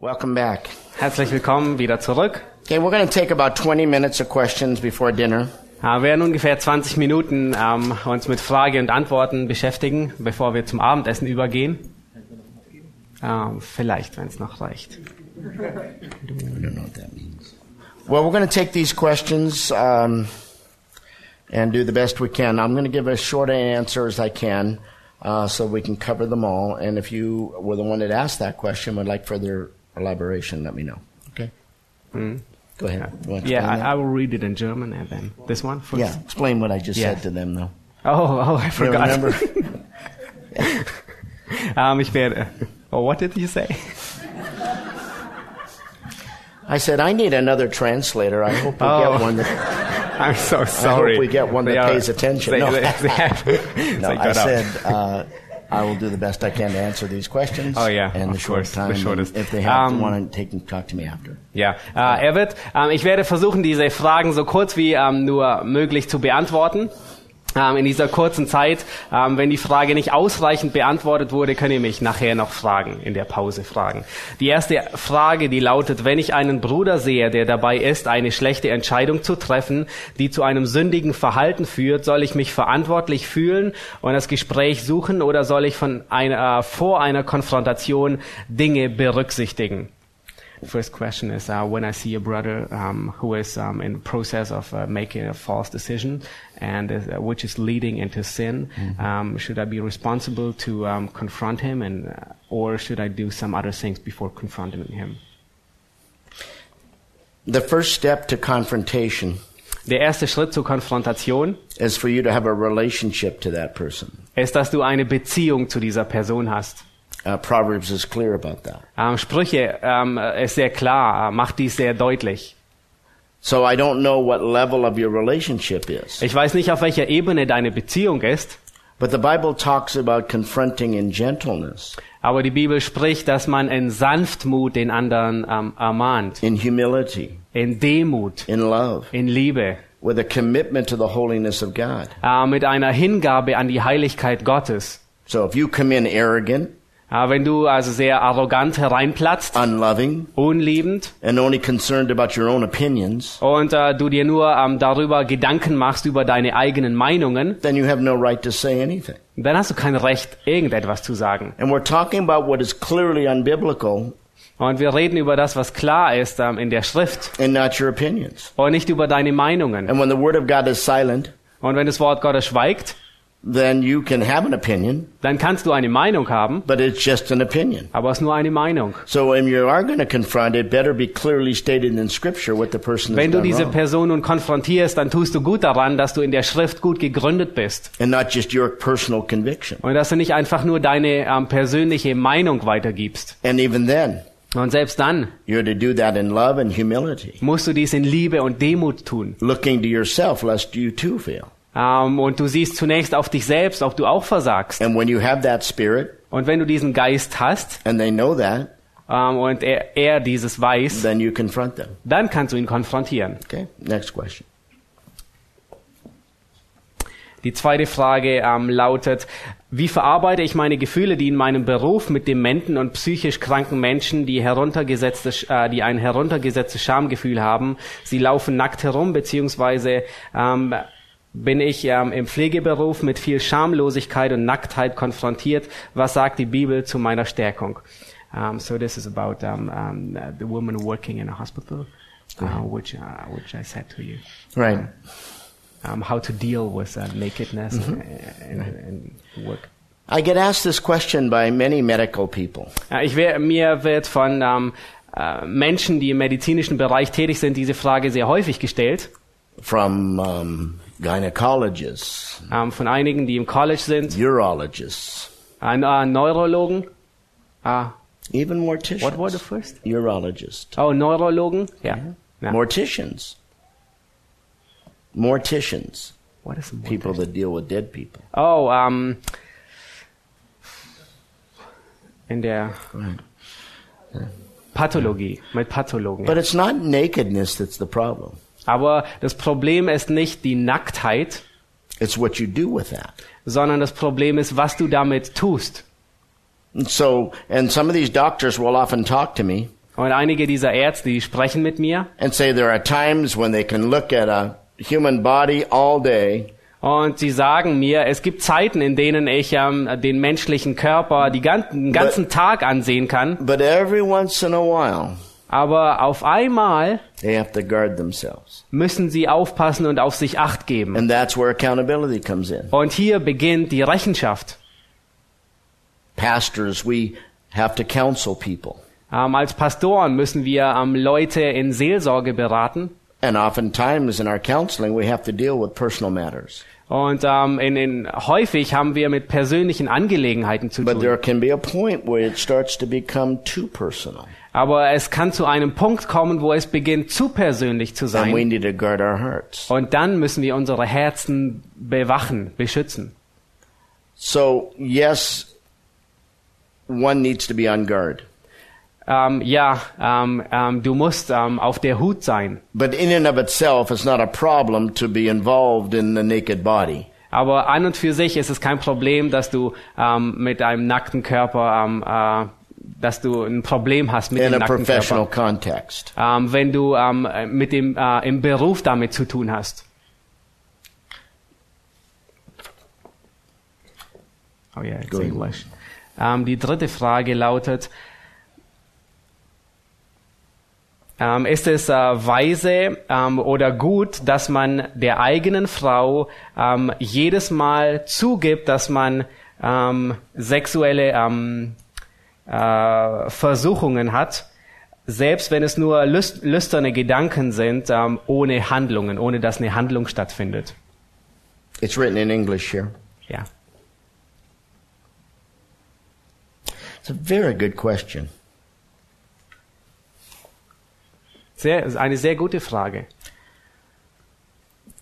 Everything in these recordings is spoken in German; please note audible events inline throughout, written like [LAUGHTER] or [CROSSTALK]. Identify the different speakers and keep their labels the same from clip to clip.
Speaker 1: Welcome back.
Speaker 2: Herzlich willkommen wieder zurück.
Speaker 1: Okay, we're going to take about 20 minutes of questions before dinner.
Speaker 2: Äh, Wir werden ungefähr 20 Minuten ähm, uns mit Frage und Antworten beschäftigen, bevor wir zum Abendessen übergehen. Ähm, vielleicht, wenn es noch reicht.
Speaker 1: Well, we're going to take these questions um, and do the best we can. I'm going to give as short an answer as I can uh, so we can cover them all. And if you were the one that asked that question, would like further elaboration, let me know. Okay? Go ahead. You want to
Speaker 2: Hmm. Yeah,
Speaker 1: explain
Speaker 2: I, I will read it in German and then this one
Speaker 1: that?
Speaker 2: first.
Speaker 1: yeah, explain what I just
Speaker 2: Yeah.
Speaker 1: said to them, though.
Speaker 2: Oh, oh, I
Speaker 1: You
Speaker 2: forgot.
Speaker 1: remember?
Speaker 2: [LAUGHS] Ähm, ich werde. Oh, what did you say? [LAUGHS]
Speaker 1: I said, I need another translator. I hope we
Speaker 2: Oh.
Speaker 1: get one that
Speaker 2: I'm so sorry.
Speaker 1: we get one that
Speaker 2: They
Speaker 1: pays attention.
Speaker 2: They,
Speaker 1: No.
Speaker 2: they, they have,
Speaker 1: [LAUGHS] No,
Speaker 2: they
Speaker 1: I
Speaker 2: got up.
Speaker 1: said uh, I will do the best I can to answer these questions.
Speaker 2: Oh, yeah,
Speaker 1: and the
Speaker 2: of
Speaker 1: short
Speaker 2: course, the
Speaker 1: time. and
Speaker 2: shortest.
Speaker 1: If they have
Speaker 2: Um,
Speaker 1: to want to take and talk to me after.
Speaker 2: Ja, äh, er wird. Ähm, ich werde versuchen, diese Fragen so kurz wie ähm, nur möglich zu beantworten. Ähm, in dieser kurzen Zeit, ähm, wenn die Frage nicht ausreichend beantwortet wurde, könnt ihr mich nachher noch fragen, in der Pause fragen. Die erste Frage, die lautet, wenn ich einen Bruder sehe, der dabei ist, eine schlechte Entscheidung zu treffen, die zu einem sündigen Verhalten führt, soll ich mich verantwortlich fühlen und das Gespräch suchen oder soll ich von einer, vor einer Konfrontation Dinge berücksichtigen? First question is uh, when I see a brother um, who is um, in the process of uh, making a false decision and is, uh, which is leading into sin, um, should I be responsible to um, confront him, and uh, or should I do some other things before confronting him?
Speaker 1: The first step to confrontation
Speaker 2: Der erste Schritt zur Konfrontation
Speaker 1: is for you to have a relationship to that person.
Speaker 2: ist, dass du eine Beziehung zu dieser Person hast.
Speaker 1: Uh, Proverbs is clear about that.
Speaker 2: Ähm, Sprüche ähm, ist sehr klar, äh, macht dies sehr deutlich.
Speaker 1: So I don't know what level of your relationship is,
Speaker 2: Ich weiß nicht, auf welcher Ebene deine Beziehung ist,
Speaker 1: but the Bible talks about confronting in gentleness,
Speaker 2: Aber die Bibel spricht, dass man in Sanftmut den anderen ähm, ermahnt,
Speaker 1: in humility,
Speaker 2: in Demut,
Speaker 1: in love,
Speaker 2: in Liebe,
Speaker 1: with a commitment to the holiness of God.
Speaker 2: äh, mit einer Hingabe an die Heiligkeit Gottes.
Speaker 1: So if you come in arrogant,
Speaker 2: Äh, wenn du also sehr arrogant hereinplatzt,
Speaker 1: unloving,
Speaker 2: unliebend,
Speaker 1: and only concerned about your own opinions,
Speaker 2: und äh, du dir nur ähm, darüber Gedanken machst über deine eigenen Meinungen,
Speaker 1: then you have no right to say anything.
Speaker 2: dann hast du kein Recht, irgendetwas zu sagen.
Speaker 1: And we're talking about what is clearly unbiblical
Speaker 2: Und wir reden über das, was klar ist ähm, in der Schrift
Speaker 1: and not your opinions.
Speaker 2: und nicht über deine Meinungen.
Speaker 1: And when the Word of God is silent,
Speaker 2: Und wenn das Wort Gottes schweigt,
Speaker 1: then you can have an opinion,
Speaker 2: dann kannst du eine Meinung haben,
Speaker 1: but it's just an opinion.
Speaker 2: aber es ist nur eine Meinung.
Speaker 1: So when you are going to confront, it better be clearly stated in Scripture what the person has
Speaker 2: Wenn du
Speaker 1: done
Speaker 2: diese
Speaker 1: wrong,
Speaker 2: Person nun konfrontierst, dann tust du gut daran, dass du in der Schrift gut gegründet bist
Speaker 1: and not just your personal conviction.
Speaker 2: und dass du nicht einfach nur deine ähm, persönliche Meinung weitergibst.
Speaker 1: And even then,
Speaker 2: Und selbst dann
Speaker 1: you're to do that in love and humility,
Speaker 2: musst du dies in Liebe und Demut tun.
Speaker 1: looking to yourself lest you too fail.
Speaker 2: Ähm, und du siehst zunächst auf dich selbst, ob du auch versagst.
Speaker 1: And when you have that spirit,
Speaker 2: Und wenn du diesen Geist hast
Speaker 1: and they know that,
Speaker 2: ähm, und er, er dieses weiß,
Speaker 1: then you confront them.
Speaker 2: dann kannst du ihn konfrontieren.
Speaker 1: Okay, next question.
Speaker 2: Die zweite Frage ähm, lautet, wie verarbeite ich meine Gefühle, die in meinem Beruf mit dementen und psychisch kranken Menschen, die, heruntergesetzte, Sch- äh, die ein heruntergesetztes Schamgefühl haben, sie laufen nackt herum, beziehungsweise ähm, bin ich ähm, im Pflegeberuf mit viel Schamlosigkeit und Nacktheit konfrontiert. Was sagt die Bibel zu meiner Ähm, Stärkung? Um, so this is about um, um, the woman working in a hospital.
Speaker 1: Go
Speaker 2: uh, which uh, which I said to you,
Speaker 1: right.
Speaker 2: um, how to deal with uh, nakedness and, and, and work.
Speaker 1: I get asked this question by many medical people.
Speaker 2: Ja, ich wär, mir wird von ähm, äh, Menschen, die im medizinischen Bereich tätig sind, diese Frage sehr häufig gestellt.
Speaker 1: from um, gynecologists,
Speaker 2: Ähm, von einigen, die im College sind,
Speaker 1: urologists,
Speaker 2: an äh, Neurologen. Ah,
Speaker 1: even morticians.
Speaker 2: what were the first?
Speaker 1: Urologist,
Speaker 2: Oh, Neurologen. Ja. ja.
Speaker 1: morticians, morticians,
Speaker 2: What is more
Speaker 1: people that deal with dead people.
Speaker 2: Oh, ähm, in der Pathologie, mit Pathologen.
Speaker 1: But it's not nakedness that's the problem.
Speaker 2: Aber das Problem ist nicht die Nacktheit,
Speaker 1: It's what you do with that.
Speaker 2: sondern das Problem ist, was du damit tust.
Speaker 1: And so, and some of these doctors will often talk to me
Speaker 2: Und einige dieser Ärzte, die sprechen mit mir
Speaker 1: and say there are times when they can look at a human body all day
Speaker 2: und sie sagen mir, es gibt Zeiten, in denen ich ähm, den menschlichen Körper die ganzen, den ganzen Tag ansehen kann,
Speaker 1: but every once in a while
Speaker 2: aber auf einmal
Speaker 1: they have to guard themselves
Speaker 2: müssen sie aufpassen und auf sich acht geben.
Speaker 1: and that's where accountability comes in
Speaker 2: Und hier beginnt die Rechenschaft.
Speaker 1: pastors, we have to counsel people.
Speaker 2: Ähm, als Pastoren müssen wir ähm, Leute in Seelsorge beraten.
Speaker 1: And oftentimes in our counseling, we have to deal with personal matters.
Speaker 2: Und ähm, in, in, häufig haben wir mit persönlichen Angelegenheiten zu
Speaker 1: But there
Speaker 2: tun.
Speaker 1: can be a point where it starts to become too personal.
Speaker 2: Aber es kann zu einem Punkt kommen, wo es beginnt, zu persönlich zu
Speaker 1: And we
Speaker 2: sein.
Speaker 1: need to guard our hearts.
Speaker 2: Und dann müssen wir unsere Herzen bewachen, beschützen.
Speaker 1: So, yes, one needs to be on guard.
Speaker 2: Ähm, ja, ähm, ähm, du musst ähm, auf der Hut sein.
Speaker 1: But in and of itself, it's not a problem to be involved in the naked body.
Speaker 2: Aber an und für sich ist es kein Problem, dass du ähm, mit einem nackten Körper, ähm, äh, dass du ein Problem hast mit
Speaker 1: In
Speaker 2: dem
Speaker 1: a
Speaker 2: nackten Körper.
Speaker 1: professional context.
Speaker 2: ähm, wenn du ähm, mit dem äh, im Beruf damit zu tun hast. Oh yeah, it's
Speaker 1: Go ahead.
Speaker 2: English. Ähm, die dritte Frage lautet: ähm, Ist es äh, weise ähm, oder gut, dass man der eigenen Frau ähm, jedes Mal zugibt, dass man ähm, sexuelle ähm, äh, Versuchungen hat, selbst wenn es nur lüst, lüsterne Gedanken sind, ähm, ohne Handlungen, ohne dass eine Handlung stattfindet.
Speaker 1: It's written in English here.
Speaker 2: Ja.
Speaker 1: It's a very good question.
Speaker 2: Sehr, ist eine sehr gute Frage.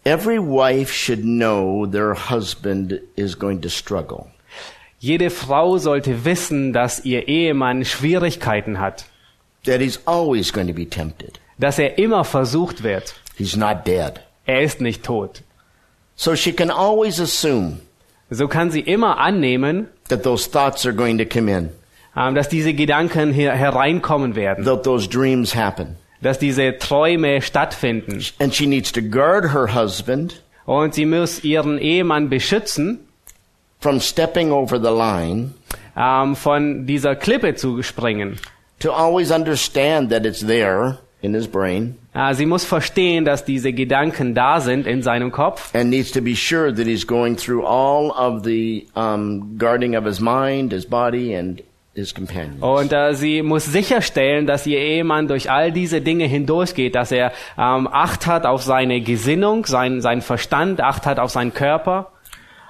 Speaker 1: Every wife should know their husband is going to struggle.
Speaker 2: Jede Frau sollte wissen, dass ihr Ehemann Schwierigkeiten hat,
Speaker 1: that he's always going to be tempted.
Speaker 2: dass er immer versucht wird.
Speaker 1: He's not dead.
Speaker 2: Er ist nicht tot.
Speaker 1: So she can always assume
Speaker 2: So kann sie immer annehmen,
Speaker 1: that those thoughts are going to come in,
Speaker 2: ähm, dass diese Gedanken hier hereinkommen werden,
Speaker 1: that those dreams happen.
Speaker 2: dass diese Träume stattfinden.
Speaker 1: And she needs to guard her husband
Speaker 2: Und sie muss ihren Ehemann beschützen,
Speaker 1: from stepping over the line
Speaker 2: ähm, von dieser Klippe zu springen.
Speaker 1: to always understand that it's there in his brain
Speaker 2: Äh, Sie muss verstehen, dass diese Gedanken da sind in seinem Kopf
Speaker 1: and needs to be sure that he's going through all of the um, guarding of his mind, his body, and his companions.
Speaker 2: und äh, sie muss sicherstellen, dass ihr Ehemann durch all diese Dinge hindurchgeht, dass er ähm, Acht hat auf seine Gesinnung, sein, seinen Verstand, Acht hat auf seinen Körper.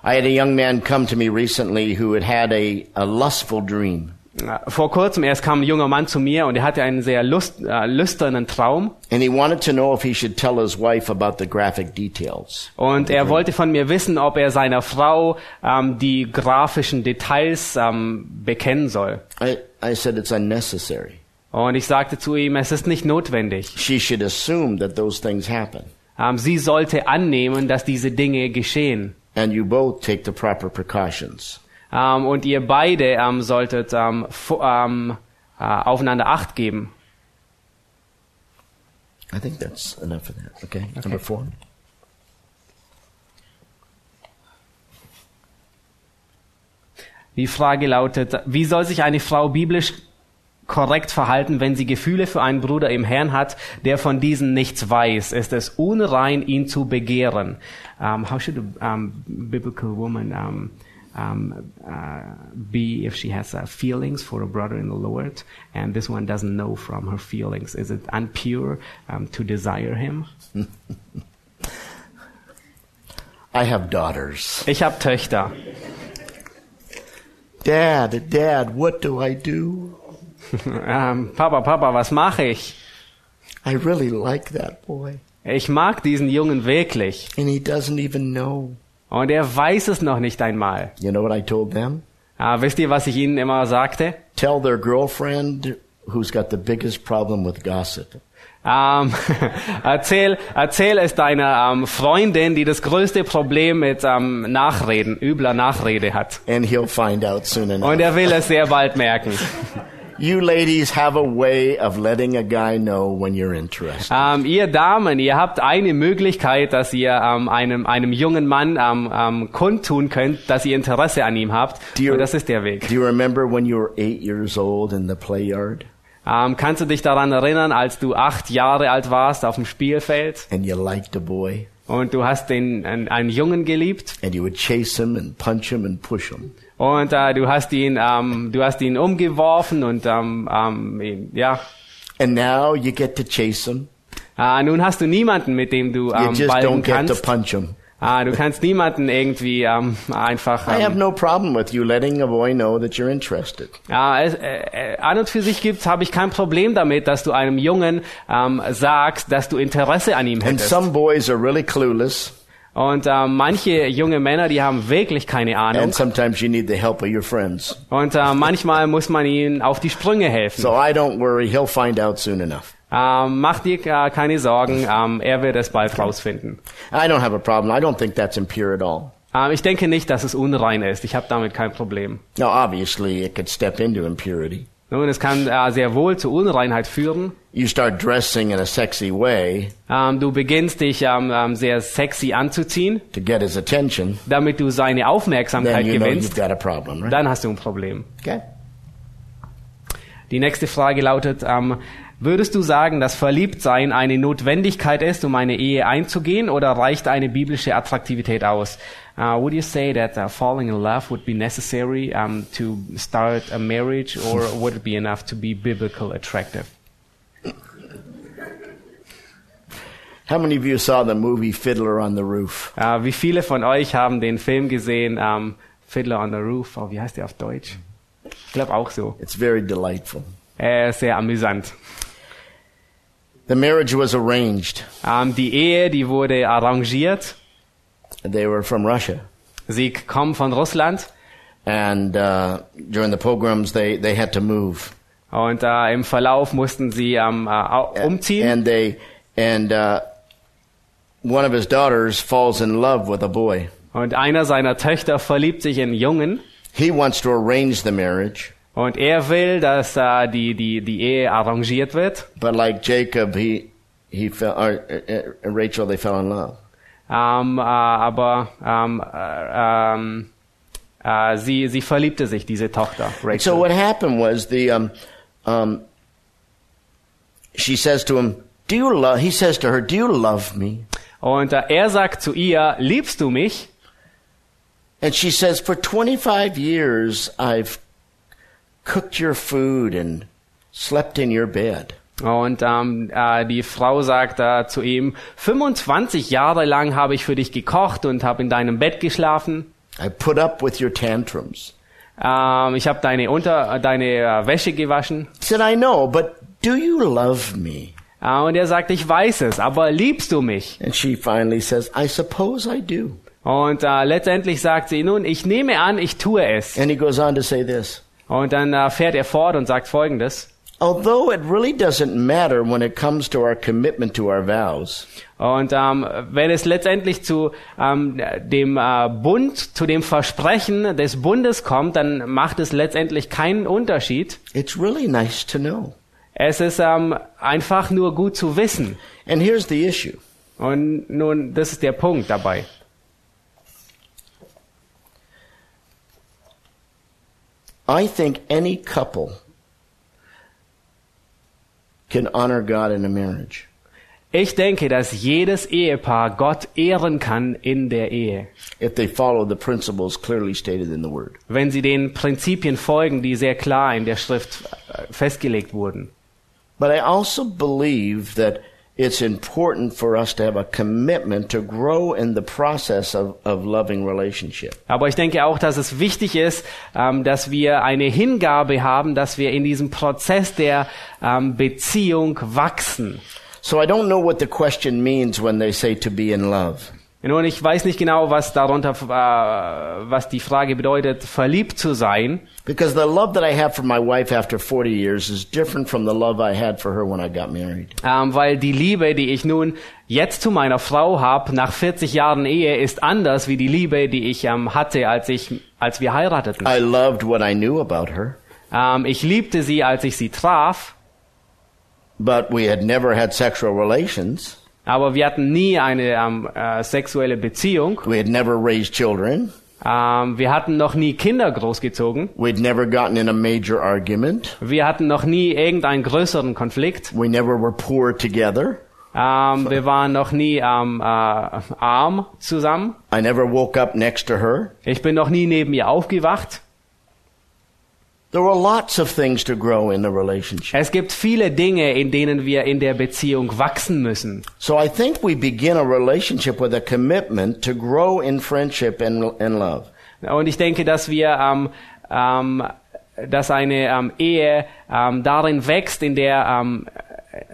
Speaker 1: I had a young man come to me recently who had had a, a lustful dream.
Speaker 2: Äh, Vor kurzem erst kam ein junger Mann zu mir und er hatte einen sehr lust, äh, lüsternen Traum
Speaker 1: And he wanted to know if he should tell his wife about the graphic details.
Speaker 2: und er wollte von mir wissen, ob er seiner Frau ähm, die grafischen Details ähm, bekennen soll.
Speaker 1: I, I said it's unnecessary.
Speaker 2: Und ich sagte zu ihm, es ist nicht notwendig.
Speaker 1: She should assume that those things happen.
Speaker 2: Ähm, sie sollte annehmen, dass diese Dinge geschehen.
Speaker 1: And you both take the proper precautions.
Speaker 2: Ähm, und ihr beide ähm, solltet ähm, fu- ähm, äh, aufeinander Acht geben.
Speaker 1: I think that's enough of that. Okay, number four.
Speaker 2: Die Frage lautet, wie soll sich eine Frau biblisch korrekt verhalten, wenn sie Gefühle für einen Bruder im Herrn hat, der von diesen nichts weiß. Ist es unrein, ihn zu begehren. Um, how should a um, biblical woman um, um, uh, be if she has uh, feelings for a brother in the Lord and this one doesn't know from her feelings? Is it unpure um, to desire him?
Speaker 1: I have daughters.
Speaker 2: Ich habe Töchter. [LAUGHS]
Speaker 1: Dad, Dad, what do I do?
Speaker 2: Ähm, Papa, Papa, was mache ich?
Speaker 1: I really like that boy.
Speaker 2: Ich mag diesen Jungen wirklich.
Speaker 1: And he doesn't even know.
Speaker 2: Und er weiß es noch nicht einmal.
Speaker 1: You know what I told them?
Speaker 2: Ah, wisst ihr, was ich ihnen immer sagte?
Speaker 1: Tell their girlfriend who's got the biggest problem with gossip.
Speaker 2: Ähm, [LAUGHS] erzähl, erzähl es deiner ähm, Freundin, die das größte Problem mit ähm, Nachreden, übler Nachrede hat.
Speaker 1: And he'll find out soon enough.
Speaker 2: Und er will es sehr bald merken.
Speaker 1: You ladies have a way of letting a guy know when you're interested.
Speaker 2: Ähm, ihr Damen, ihr habt eine Möglichkeit, dass ihr ähm, einem, einem jungen Mann ähm, ähm, kundtun könnt, dass ihr Interesse an ihm habt.
Speaker 1: Dear-
Speaker 2: Und das ist der Weg.
Speaker 1: Do you remember when you were eight years old in the play yard
Speaker 2: Ähm, kannst du dich daran erinnern, als du acht Jahre alt warst auf dem Spielfeld
Speaker 1: and you liked a boy
Speaker 2: und du hast den, einen, einen Jungen geliebt
Speaker 1: and you would chase him and punch him and push him?
Speaker 2: und äh, du hast ihn, ähm, du hast ihn umgeworfen und ähm, ähm, ihn- ja,
Speaker 1: And now you get to chase him.
Speaker 2: äh, nun hast du niemanden, mit dem du
Speaker 1: You
Speaker 2: ähm,
Speaker 1: just
Speaker 2: ballen
Speaker 1: don't get to
Speaker 2: kannst.
Speaker 1: punch him.
Speaker 2: Ah, du kannst niemanden irgendwie ähm, einfach.
Speaker 1: I have
Speaker 2: Ähm,
Speaker 1: no problem with you letting a boy know that you're interested.
Speaker 2: ja, es, äh, äh, an und für sich gibt's, habe ich kein Problem damit, dass du einem Jungen ähm, sagst, dass du Interesse an ihm
Speaker 1: And
Speaker 2: hättest.
Speaker 1: some boys are really clueless,
Speaker 2: Und äh, manche junge Männer, die haben wirklich keine Ahnung.
Speaker 1: and sometimes you need the help of your friends.
Speaker 2: Und äh, manchmal muss man ihnen auf die Sprünge helfen.
Speaker 1: So I don't worry, he'll find out soon enough.
Speaker 2: Ähm, mach dir äh, keine Sorgen, ähm, er wird es bald rausfinden.
Speaker 1: I don't have a problem. I don't think that's impure at all.
Speaker 2: Ähm, ich denke nicht, dass es unrein ist. Ich habe damit kein Problem.
Speaker 1: Now, obviously, it could step into impurity.
Speaker 2: Nun, es kann äh, sehr wohl zu Unreinheit führen.
Speaker 1: You start dressing in a sexy way
Speaker 2: Ähm, du beginnst dich ähm, ähm, sehr sexy anzuziehen,
Speaker 1: to get his attention,
Speaker 2: damit du seine
Speaker 1: then
Speaker 2: Aufmerksamkeit
Speaker 1: you know you've
Speaker 2: gewinnst.
Speaker 1: got a problem, right?
Speaker 2: Dann hast du ein Problem.
Speaker 1: Okay.
Speaker 2: Die nächste Frage lautet, ähm, würdest du sagen, dass Verliebtsein eine Notwendigkeit ist, um eine Ehe einzugehen, oder reicht eine biblische Attraktivität aus? Uh, would you say that uh, falling in love would be necessary um, to start a marriage, or would it be enough to be biblical attractive?
Speaker 1: How many of you saw the movie Fiddler on the Roof?
Speaker 2: Uh, wie viele von euch haben den Film gesehen, ähm, Fiddler on the Roof, oh, wie heißt der auf Deutsch? Ich glaube auch so.
Speaker 1: It's very delightful.
Speaker 2: Äh, sehr amüsant.
Speaker 1: The marriage was arranged.
Speaker 2: Ähm, die Ehe, die wurde arrangiert.
Speaker 1: They were from Russia.
Speaker 2: Sie kommen von Russland.
Speaker 1: And uh, during the pogroms, they, they had to move.
Speaker 2: Und äh, im Verlauf mussten sie ähm, äh, au- umziehen.
Speaker 1: And they and uh, one of his daughters falls in love with a boy.
Speaker 2: Und einer seiner Töchter verliebt sich in einen Jungen.
Speaker 1: He wants to arrange the marriage,
Speaker 2: Und er will, dass äh, die, die, die Ehe arrangiert wird.
Speaker 1: but like Jacob, he he fell. Or, uh, uh, Rachel, they fell in love.
Speaker 2: Ähm, äh, aber ähm, äh, ähm, äh, sie, sie verliebte sich, diese Tochter, Rachel.
Speaker 1: So what happened was the um, um, she says to him, "Do you love?" He says to her, "Do you love me?"
Speaker 2: Und äh, er sagt zu ihr, liebst du mich?
Speaker 1: And she says, For 25 years, I've cooked your food and slept in your bed.
Speaker 2: Und ähm, äh, die Frau sagt äh, zu ihm, 25 Jahre lang habe ich für dich gekocht und habe in deinem Bett geschlafen.
Speaker 1: I put up with your tantrums.
Speaker 2: Ähm, ich habe deine Unter äh, deine äh, Wäsche gewaschen.
Speaker 1: He said, I know, but do you love me?
Speaker 2: Äh, und er sagt, ich weiß es, aber liebst du mich?
Speaker 1: And she finally says, I suppose I do.
Speaker 2: Und äh, letztendlich sagt sie, nun, ich nehme an, ich tue es.
Speaker 1: And he goes on to say this
Speaker 2: Und dann äh, fährt er fort und sagt folgendes.
Speaker 1: Although it really doesn't matter when it comes to our commitment to our vows,
Speaker 2: Und ähm, wenn es letztendlich zu ähm, dem äh, Bund, zu dem Versprechen des Bundes kommt, dann macht es letztendlich keinen Unterschied.
Speaker 1: it's really nice to know.
Speaker 2: Es ist ähm, einfach nur gut zu wissen.
Speaker 1: And here's the issue
Speaker 2: Und nun, das ist der Punkt dabei.
Speaker 1: I think any couple can honor God in a marriage.
Speaker 2: Ich denke, dass jedes Ehepaar Gott ehren kann in der Ehe,
Speaker 1: if they follow the principles clearly stated in the Word.
Speaker 2: wenn sie den Prinzipien folgen, die sehr klar in der Schrift äh, festgelegt wurden.
Speaker 1: But I also believe that it's important for us to have a commitment to grow in the process of, of loving relationship.
Speaker 2: Aber ich denke auch, dass es wichtig ist, ähm, dass wir eine Hingabe haben, dass wir in diesem Prozess der ähm, Beziehung wachsen.
Speaker 1: So I don't know what the question means when they say to be in love.
Speaker 2: Nun, ich weiß nicht genau, was darunter, äh, was die Frage bedeutet, verliebt zu sein.
Speaker 1: Because the love that I have for my wife after 40 years is different from the love I had for her when I got married.
Speaker 2: Ähm, weil die Liebe, die ich nun jetzt zu meiner Frau habe, nach 40 Jahren Ehe, ist anders wie die Liebe, die ich ähm, hatte, als ich, als wir heirateten.
Speaker 1: I loved what I knew about her,
Speaker 2: Ähm, ich liebte sie, als ich sie traf,
Speaker 1: but we had never had sexual relations.
Speaker 2: aber wir hatten nie eine ähm, äh, sexuelle Beziehung.
Speaker 1: We had never raised children.
Speaker 2: Ähm, wir hatten noch nie Kinder großgezogen.
Speaker 1: We'd never gotten in a major argument.
Speaker 2: Wir hatten noch nie irgendeinen größeren Konflikt.
Speaker 1: We never were poor together.
Speaker 2: Ähm, wir waren noch nie ähm, äh, arm zusammen.
Speaker 1: I never woke up next to her.
Speaker 2: Ich bin noch nie neben ihr aufgewacht.
Speaker 1: There were lots of things to grow in the relationship.
Speaker 2: Es gibt viele Dinge, in denen wir in der Beziehung wachsen müssen.
Speaker 1: So I think we begin a relationship with a commitment to grow in friendship and, and love.
Speaker 2: Und ich denke, dass wir, ähm, ähm, dass eine ähm, Ehe ähm, darin wächst, in der ähm,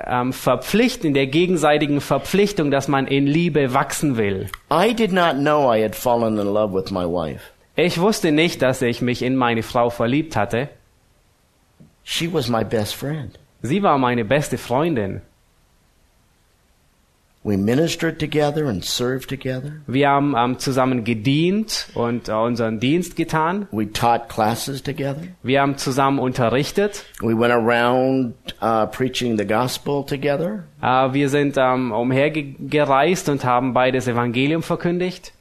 Speaker 2: ähm, Verpflicht, in der gegenseitigen Verpflichtung, dass man in Liebe wachsen will.
Speaker 1: I did not know I had fallen in love with my wife.
Speaker 2: Ich wusste nicht, dass ich mich in meine Frau verliebt hatte.
Speaker 1: She was my best friend.
Speaker 2: Sie war meine beste Freundin.
Speaker 1: We ministered together and served together.
Speaker 2: Wir haben ähm, zusammen gedient und äh, unseren Dienst getan.
Speaker 1: We taught classes together.
Speaker 2: Wir haben zusammen unterrichtet.
Speaker 1: We went around uh, preaching the gospel together.
Speaker 2: Äh, wir sind ähm, umhergereist und haben beides Evangelium verkündigt.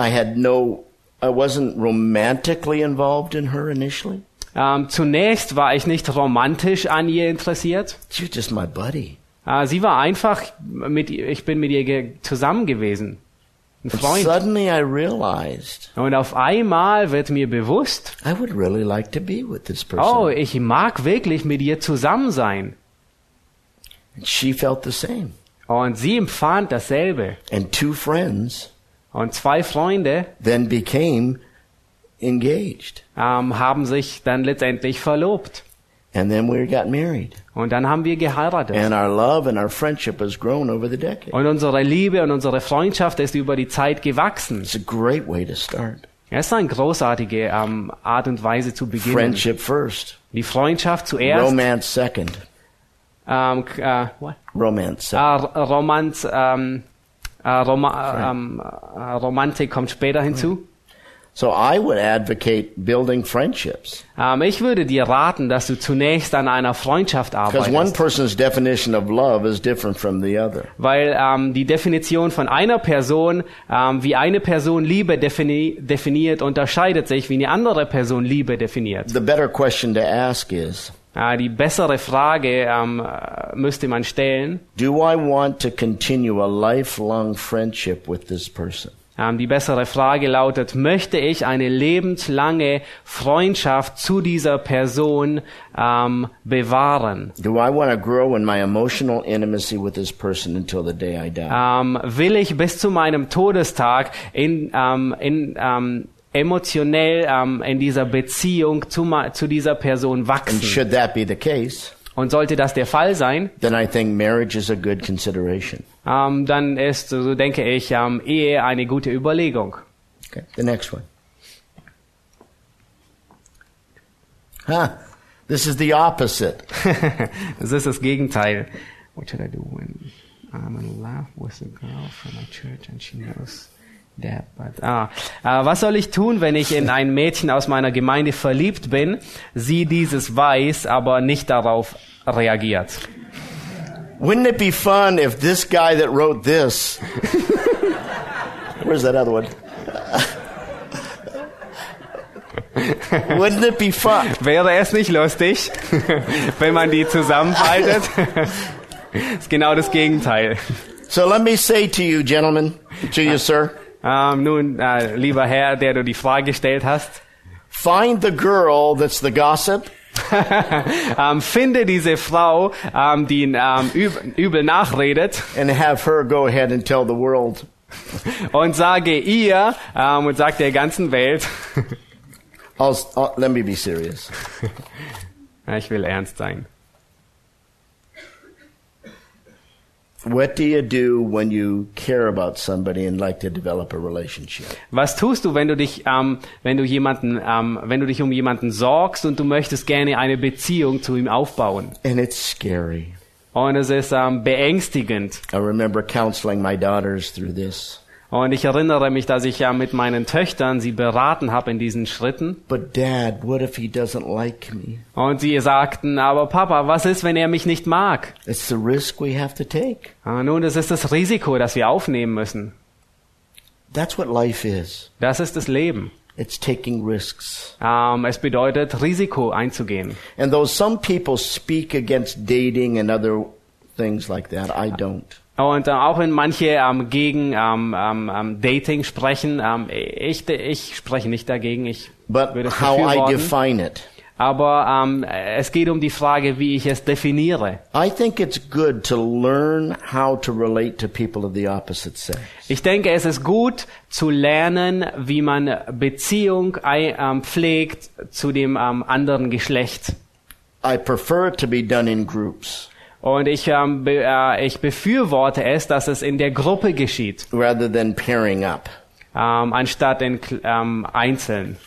Speaker 1: I had no, I wasn't romantically involved in her initially.
Speaker 2: Ähm, zunächst war ich nicht romantisch an ihr interessiert.
Speaker 1: She was just my buddy.
Speaker 2: Äh, sie war einfach mit ihr- ich bin mit ihr ge- zusammen gewesen. Ein Freund.
Speaker 1: Suddenly I realized
Speaker 2: Und auf einmal wird mir bewusst,
Speaker 1: I would really like to be with this person.
Speaker 2: oh, ich mag wirklich mit ihr zusammen sein.
Speaker 1: She felt the same.
Speaker 2: Und sie empfand dasselbe.
Speaker 1: And two friends
Speaker 2: Und zwei Freunde
Speaker 1: then became engaged.
Speaker 2: ähm, haben sich dann letztendlich verlobt.
Speaker 1: And then we got married.
Speaker 2: Und dann haben wir geheiratet.
Speaker 1: And our love and our friendship has grown over the decade.
Speaker 2: Und unsere Liebe und unsere Freundschaft ist über die Zeit gewachsen.
Speaker 1: It's a great way to start.
Speaker 2: Es ist eine großartige ähm, Art und Weise zu beginnen.
Speaker 1: Friendship first,
Speaker 2: Die Freundschaft zuerst.
Speaker 1: romance second.
Speaker 2: Ähm, k- äh, what?
Speaker 1: Romance
Speaker 2: Äh,
Speaker 1: second.
Speaker 2: R- Romanz, ähm, äh, Roma, ähm, äh, Romantik kommt später hinzu.
Speaker 1: So I would advocate building friendships.
Speaker 2: Ähm, ich würde dir raten, dass du zunächst an einer Freundschaft
Speaker 1: Because one
Speaker 2: arbeitest.
Speaker 1: person's definition of love is different from the other.
Speaker 2: Weil ähm, die Definition von einer Person, ähm, wie eine Person Liebe defini definiert, unterscheidet sich, wie eine andere Person Liebe definiert.
Speaker 1: The better question to ask is,
Speaker 2: Äh, die bessere Frage ähm, äh, müsste man stellen.
Speaker 1: do I want to continue a lifelong friendship with this person?
Speaker 2: Ähm, die bessere Frage lautet, möchte ich eine lebenslange Freundschaft zu dieser Person ähm, bewahren?
Speaker 1: Do I want to grow in my emotional intimacy with this person until the day I die?
Speaker 2: Ähm, will ich bis zu meinem Todestag in, ähm, in, ähm, emotionell ähm, in dieser Beziehung zu, ma- zu dieser Person
Speaker 1: and
Speaker 2: wachsen?
Speaker 1: should that be the case,
Speaker 2: Und sollte das der Fall sein,
Speaker 1: then I think marriage is a good consideration.
Speaker 2: ähm, dann ist, so denke ich, ähm, Ehe eine gute Überlegung.
Speaker 1: Okay. The next one. Huh. This is the opposite.
Speaker 2: [LAUGHS] Das ist das Gegenteil. What should I do when I'm in love with a girl from my church and she knows that? But ah, äh, was soll ich tun, wenn ich in ein Mädchen aus meiner Gemeinde verliebt bin, sie dieses weiß, aber nicht darauf reagiert?
Speaker 1: Wouldn't it be fun if this guy that wrote this. [LAUGHS] Where's that other one? [LAUGHS] Wouldn't it be fun?
Speaker 2: Wäre es nicht lustig, [LAUGHS] wenn man die zusammenfaltet? [LAUGHS] ist genau das Gegenteil.
Speaker 1: So let me say to you, gentlemen, to you, sir,
Speaker 2: Ähm, nun, äh, lieber Herr, der du die Frage gestellt hast,
Speaker 1: find the girl that's the gossip,
Speaker 2: [LAUGHS] ähm, finde diese Frau, ähm, die ähm, üb übel nachredet,
Speaker 1: and have her go ahead and tell the world.
Speaker 2: und sage ihr ähm, und sag der ganzen Welt, [LAUGHS]
Speaker 1: I'll, i let me be serious.
Speaker 2: Ja, ich will ernst sein.
Speaker 1: What do you do when you care about somebody and like to develop a relationship?
Speaker 2: Was tust du, wenn du dich, ähm, wenn du jemanden, ähm, wenn du dich um jemanden sorgst und du möchtest gerne eine Beziehung zu ihm aufbauen?
Speaker 1: And it's scary.
Speaker 2: Und es ist ähm, beängstigend.
Speaker 1: I remember counseling my daughters through this.
Speaker 2: Und ich erinnere mich, dass ich ja mit meinen Töchtern sie beraten habe in diesen Schritten.
Speaker 1: But dad, what if he doesn't like me?
Speaker 2: Und sie sagten, aber Papa, was ist, wenn er mich nicht mag?
Speaker 1: It's the risk we have to take.
Speaker 2: Ah, nun, das ist das Risiko, das wir aufnehmen müssen.
Speaker 1: That's what life is.
Speaker 2: Das ist das Leben.
Speaker 1: It's taking risks.
Speaker 2: Ähm, es bedeutet, Risiko einzugehen.
Speaker 1: And though some people speak against dating and other things like that, I don't.
Speaker 2: Und äh, auch wenn manche ähm, gegen ähm, ähm, ähm, Dating sprechen, ähm, ich, ich spreche nicht dagegen, ich
Speaker 1: But
Speaker 2: würde es
Speaker 1: how I
Speaker 2: befürworten.
Speaker 1: define it.
Speaker 2: Aber ähm, es geht um die Frage, wie ich es definiere.
Speaker 1: I think it's good to learn how to relate to people of the opposite sex.
Speaker 2: Ich denke, es ist gut zu lernen, wie man Beziehung ei- ähm, pflegt zu dem ähm, anderen Geschlecht.
Speaker 1: I prefer it to be done in groups
Speaker 2: Und ich, ähm, be, äh, ich befürworte es, dass es in der Gruppe geschieht,
Speaker 1: rather than pairing up.
Speaker 2: ähm, anstatt in Kl- ähm, Einzeln.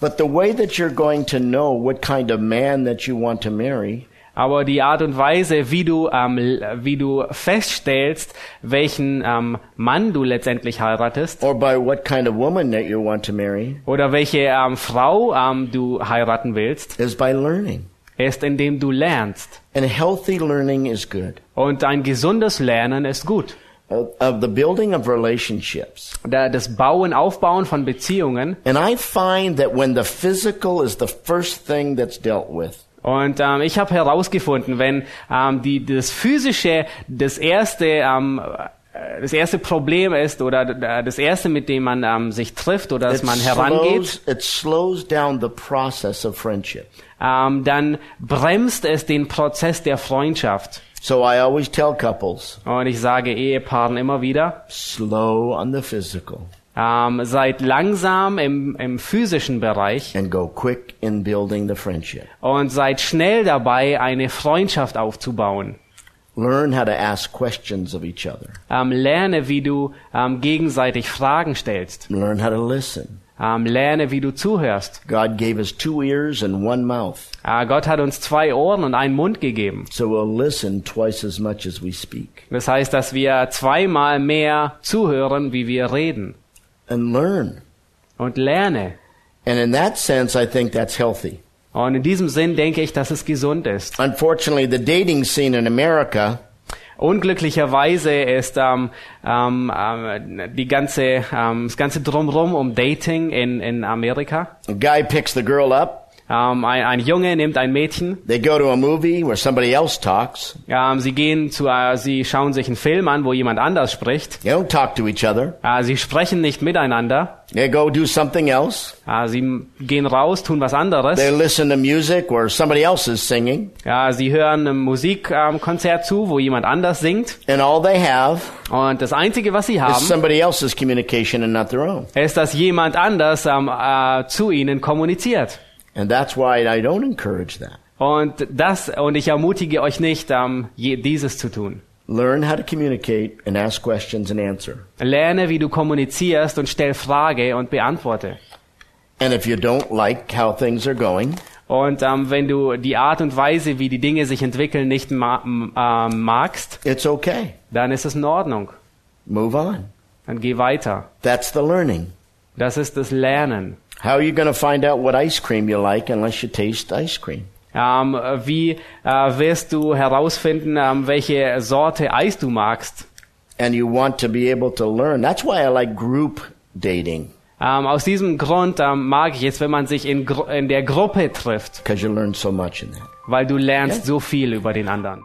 Speaker 1: But the way that you're going to know what kind of man that you want to marry
Speaker 2: Aber die Art und Weise, wie du, ähm, l- wie du feststellst, welchen ähm, Mann du letztendlich heiratest
Speaker 1: or by what kind of woman that you want to marry
Speaker 2: oder welche ähm, Frau ähm, du heiraten willst,
Speaker 1: is by learning.
Speaker 2: ist, indem du lernst.
Speaker 1: And healthy learning is good.
Speaker 2: Und ein gesundes Lernen ist gut.
Speaker 1: Of of the building of relationships.
Speaker 2: Da- Das Bauen, Aufbauen von Beziehungen.
Speaker 1: And I find that when the physical is the first thing that's dealt with,
Speaker 2: Und ähm, ich habe herausgefunden, wenn ähm, die, das physische das erste ähm, äh, das erste Problem ist oder äh, das erste, mit dem man ähm, sich trifft oder dass
Speaker 1: it
Speaker 2: man herangeht,
Speaker 1: slows, it slows down the process of friendship.
Speaker 2: ähm, dann bremst es den Prozess der Freundschaft.
Speaker 1: So I always tell couples,
Speaker 2: Und ich sage Ehepaaren immer wieder,
Speaker 1: slow on the physical
Speaker 2: ähm, seid langsam im, im physischen Bereich
Speaker 1: and go quick in building the friendship.
Speaker 2: und seid schnell dabei, eine Freundschaft aufzubauen.
Speaker 1: Learn how to ask questions of each other.
Speaker 2: Ähm, lerne, wie du ähm, gegenseitig Fragen stellst.
Speaker 1: Learn how to listen.
Speaker 2: Ähm, lerne, wie du zuhörst.
Speaker 1: God gave us two ears and one mouth,
Speaker 2: Äh, Gott hat uns zwei Ohren und einen Mund gegeben.
Speaker 1: so we'll listen twice as much as we speak.
Speaker 2: Das heißt, dass wir zweimal mehr zuhören, wie wir reden.
Speaker 1: And learn.
Speaker 2: Und lerne.
Speaker 1: And in that sense, I think that's healthy.
Speaker 2: Und in diesem Sinn denke ich, dass es gesund ist.
Speaker 1: Unfortunately, the dating scene in America
Speaker 2: Unglücklicherweise ist ähm, ähm, ähm, die ganze, ähm, das ganze Drumrum um Dating in, in Amerika.
Speaker 1: A guy picks the girl up.
Speaker 2: Ähm, ein, ein Junge nimmt ein Mädchen.
Speaker 1: They go to a movie where somebody else talks.
Speaker 2: Ähm, sie gehen zu, äh, sie schauen sich einen Film an, wo jemand anders spricht.
Speaker 1: They don't talk to each other.
Speaker 2: Äh, sie sprechen nicht miteinander.
Speaker 1: They go do something else.
Speaker 2: Äh, sie m- gehen raus, tun was anderes.
Speaker 1: They listen to music where somebody else is singing.
Speaker 2: Ja, sie hören einem Musikkonzert zu, wo jemand anders singt.
Speaker 1: And all they have
Speaker 2: Und das Einzige, was sie
Speaker 1: is
Speaker 2: haben,
Speaker 1: somebody else's communication and not their own.
Speaker 2: ist, dass jemand anders ähm, äh, zu ihnen kommuniziert.
Speaker 1: And that's why I don't encourage that.
Speaker 2: Und das, und ich ermutige euch nicht, ähm, je, dieses zu tun.
Speaker 1: Learn how to communicate and ask questions and answer.
Speaker 2: Lerne, wie du kommunizierst und stell Frage und beantworte.
Speaker 1: And if you don't like how things are going,
Speaker 2: Und ähm, wenn du die Art und Weise, wie die Dinge sich entwickeln, nicht ma m- ähm, magst,
Speaker 1: it's okay.
Speaker 2: dann ist es in Ordnung.
Speaker 1: Move on.
Speaker 2: Dann geh weiter.
Speaker 1: That's the learning.
Speaker 2: Das ist das Lernen.
Speaker 1: How are you going to find out what ice cream you like unless you taste ice cream?
Speaker 2: Ähm, wie äh, wirst du herausfinden, ähm, welche Sorte Eis du magst?
Speaker 1: and you want to be able to learn. That's why I like group dating.
Speaker 2: Ähm, aus diesem Grund ähm, mag ich es, wenn man sich in, Gru in der Gruppe trifft,
Speaker 1: because you learn so much in that.
Speaker 2: weil du lernst
Speaker 1: Ja.
Speaker 2: so viel über den anderen.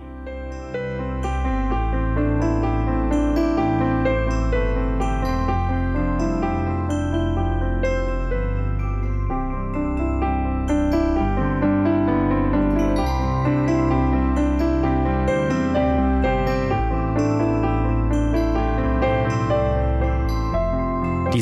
Speaker 3: Die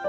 Speaker 3: E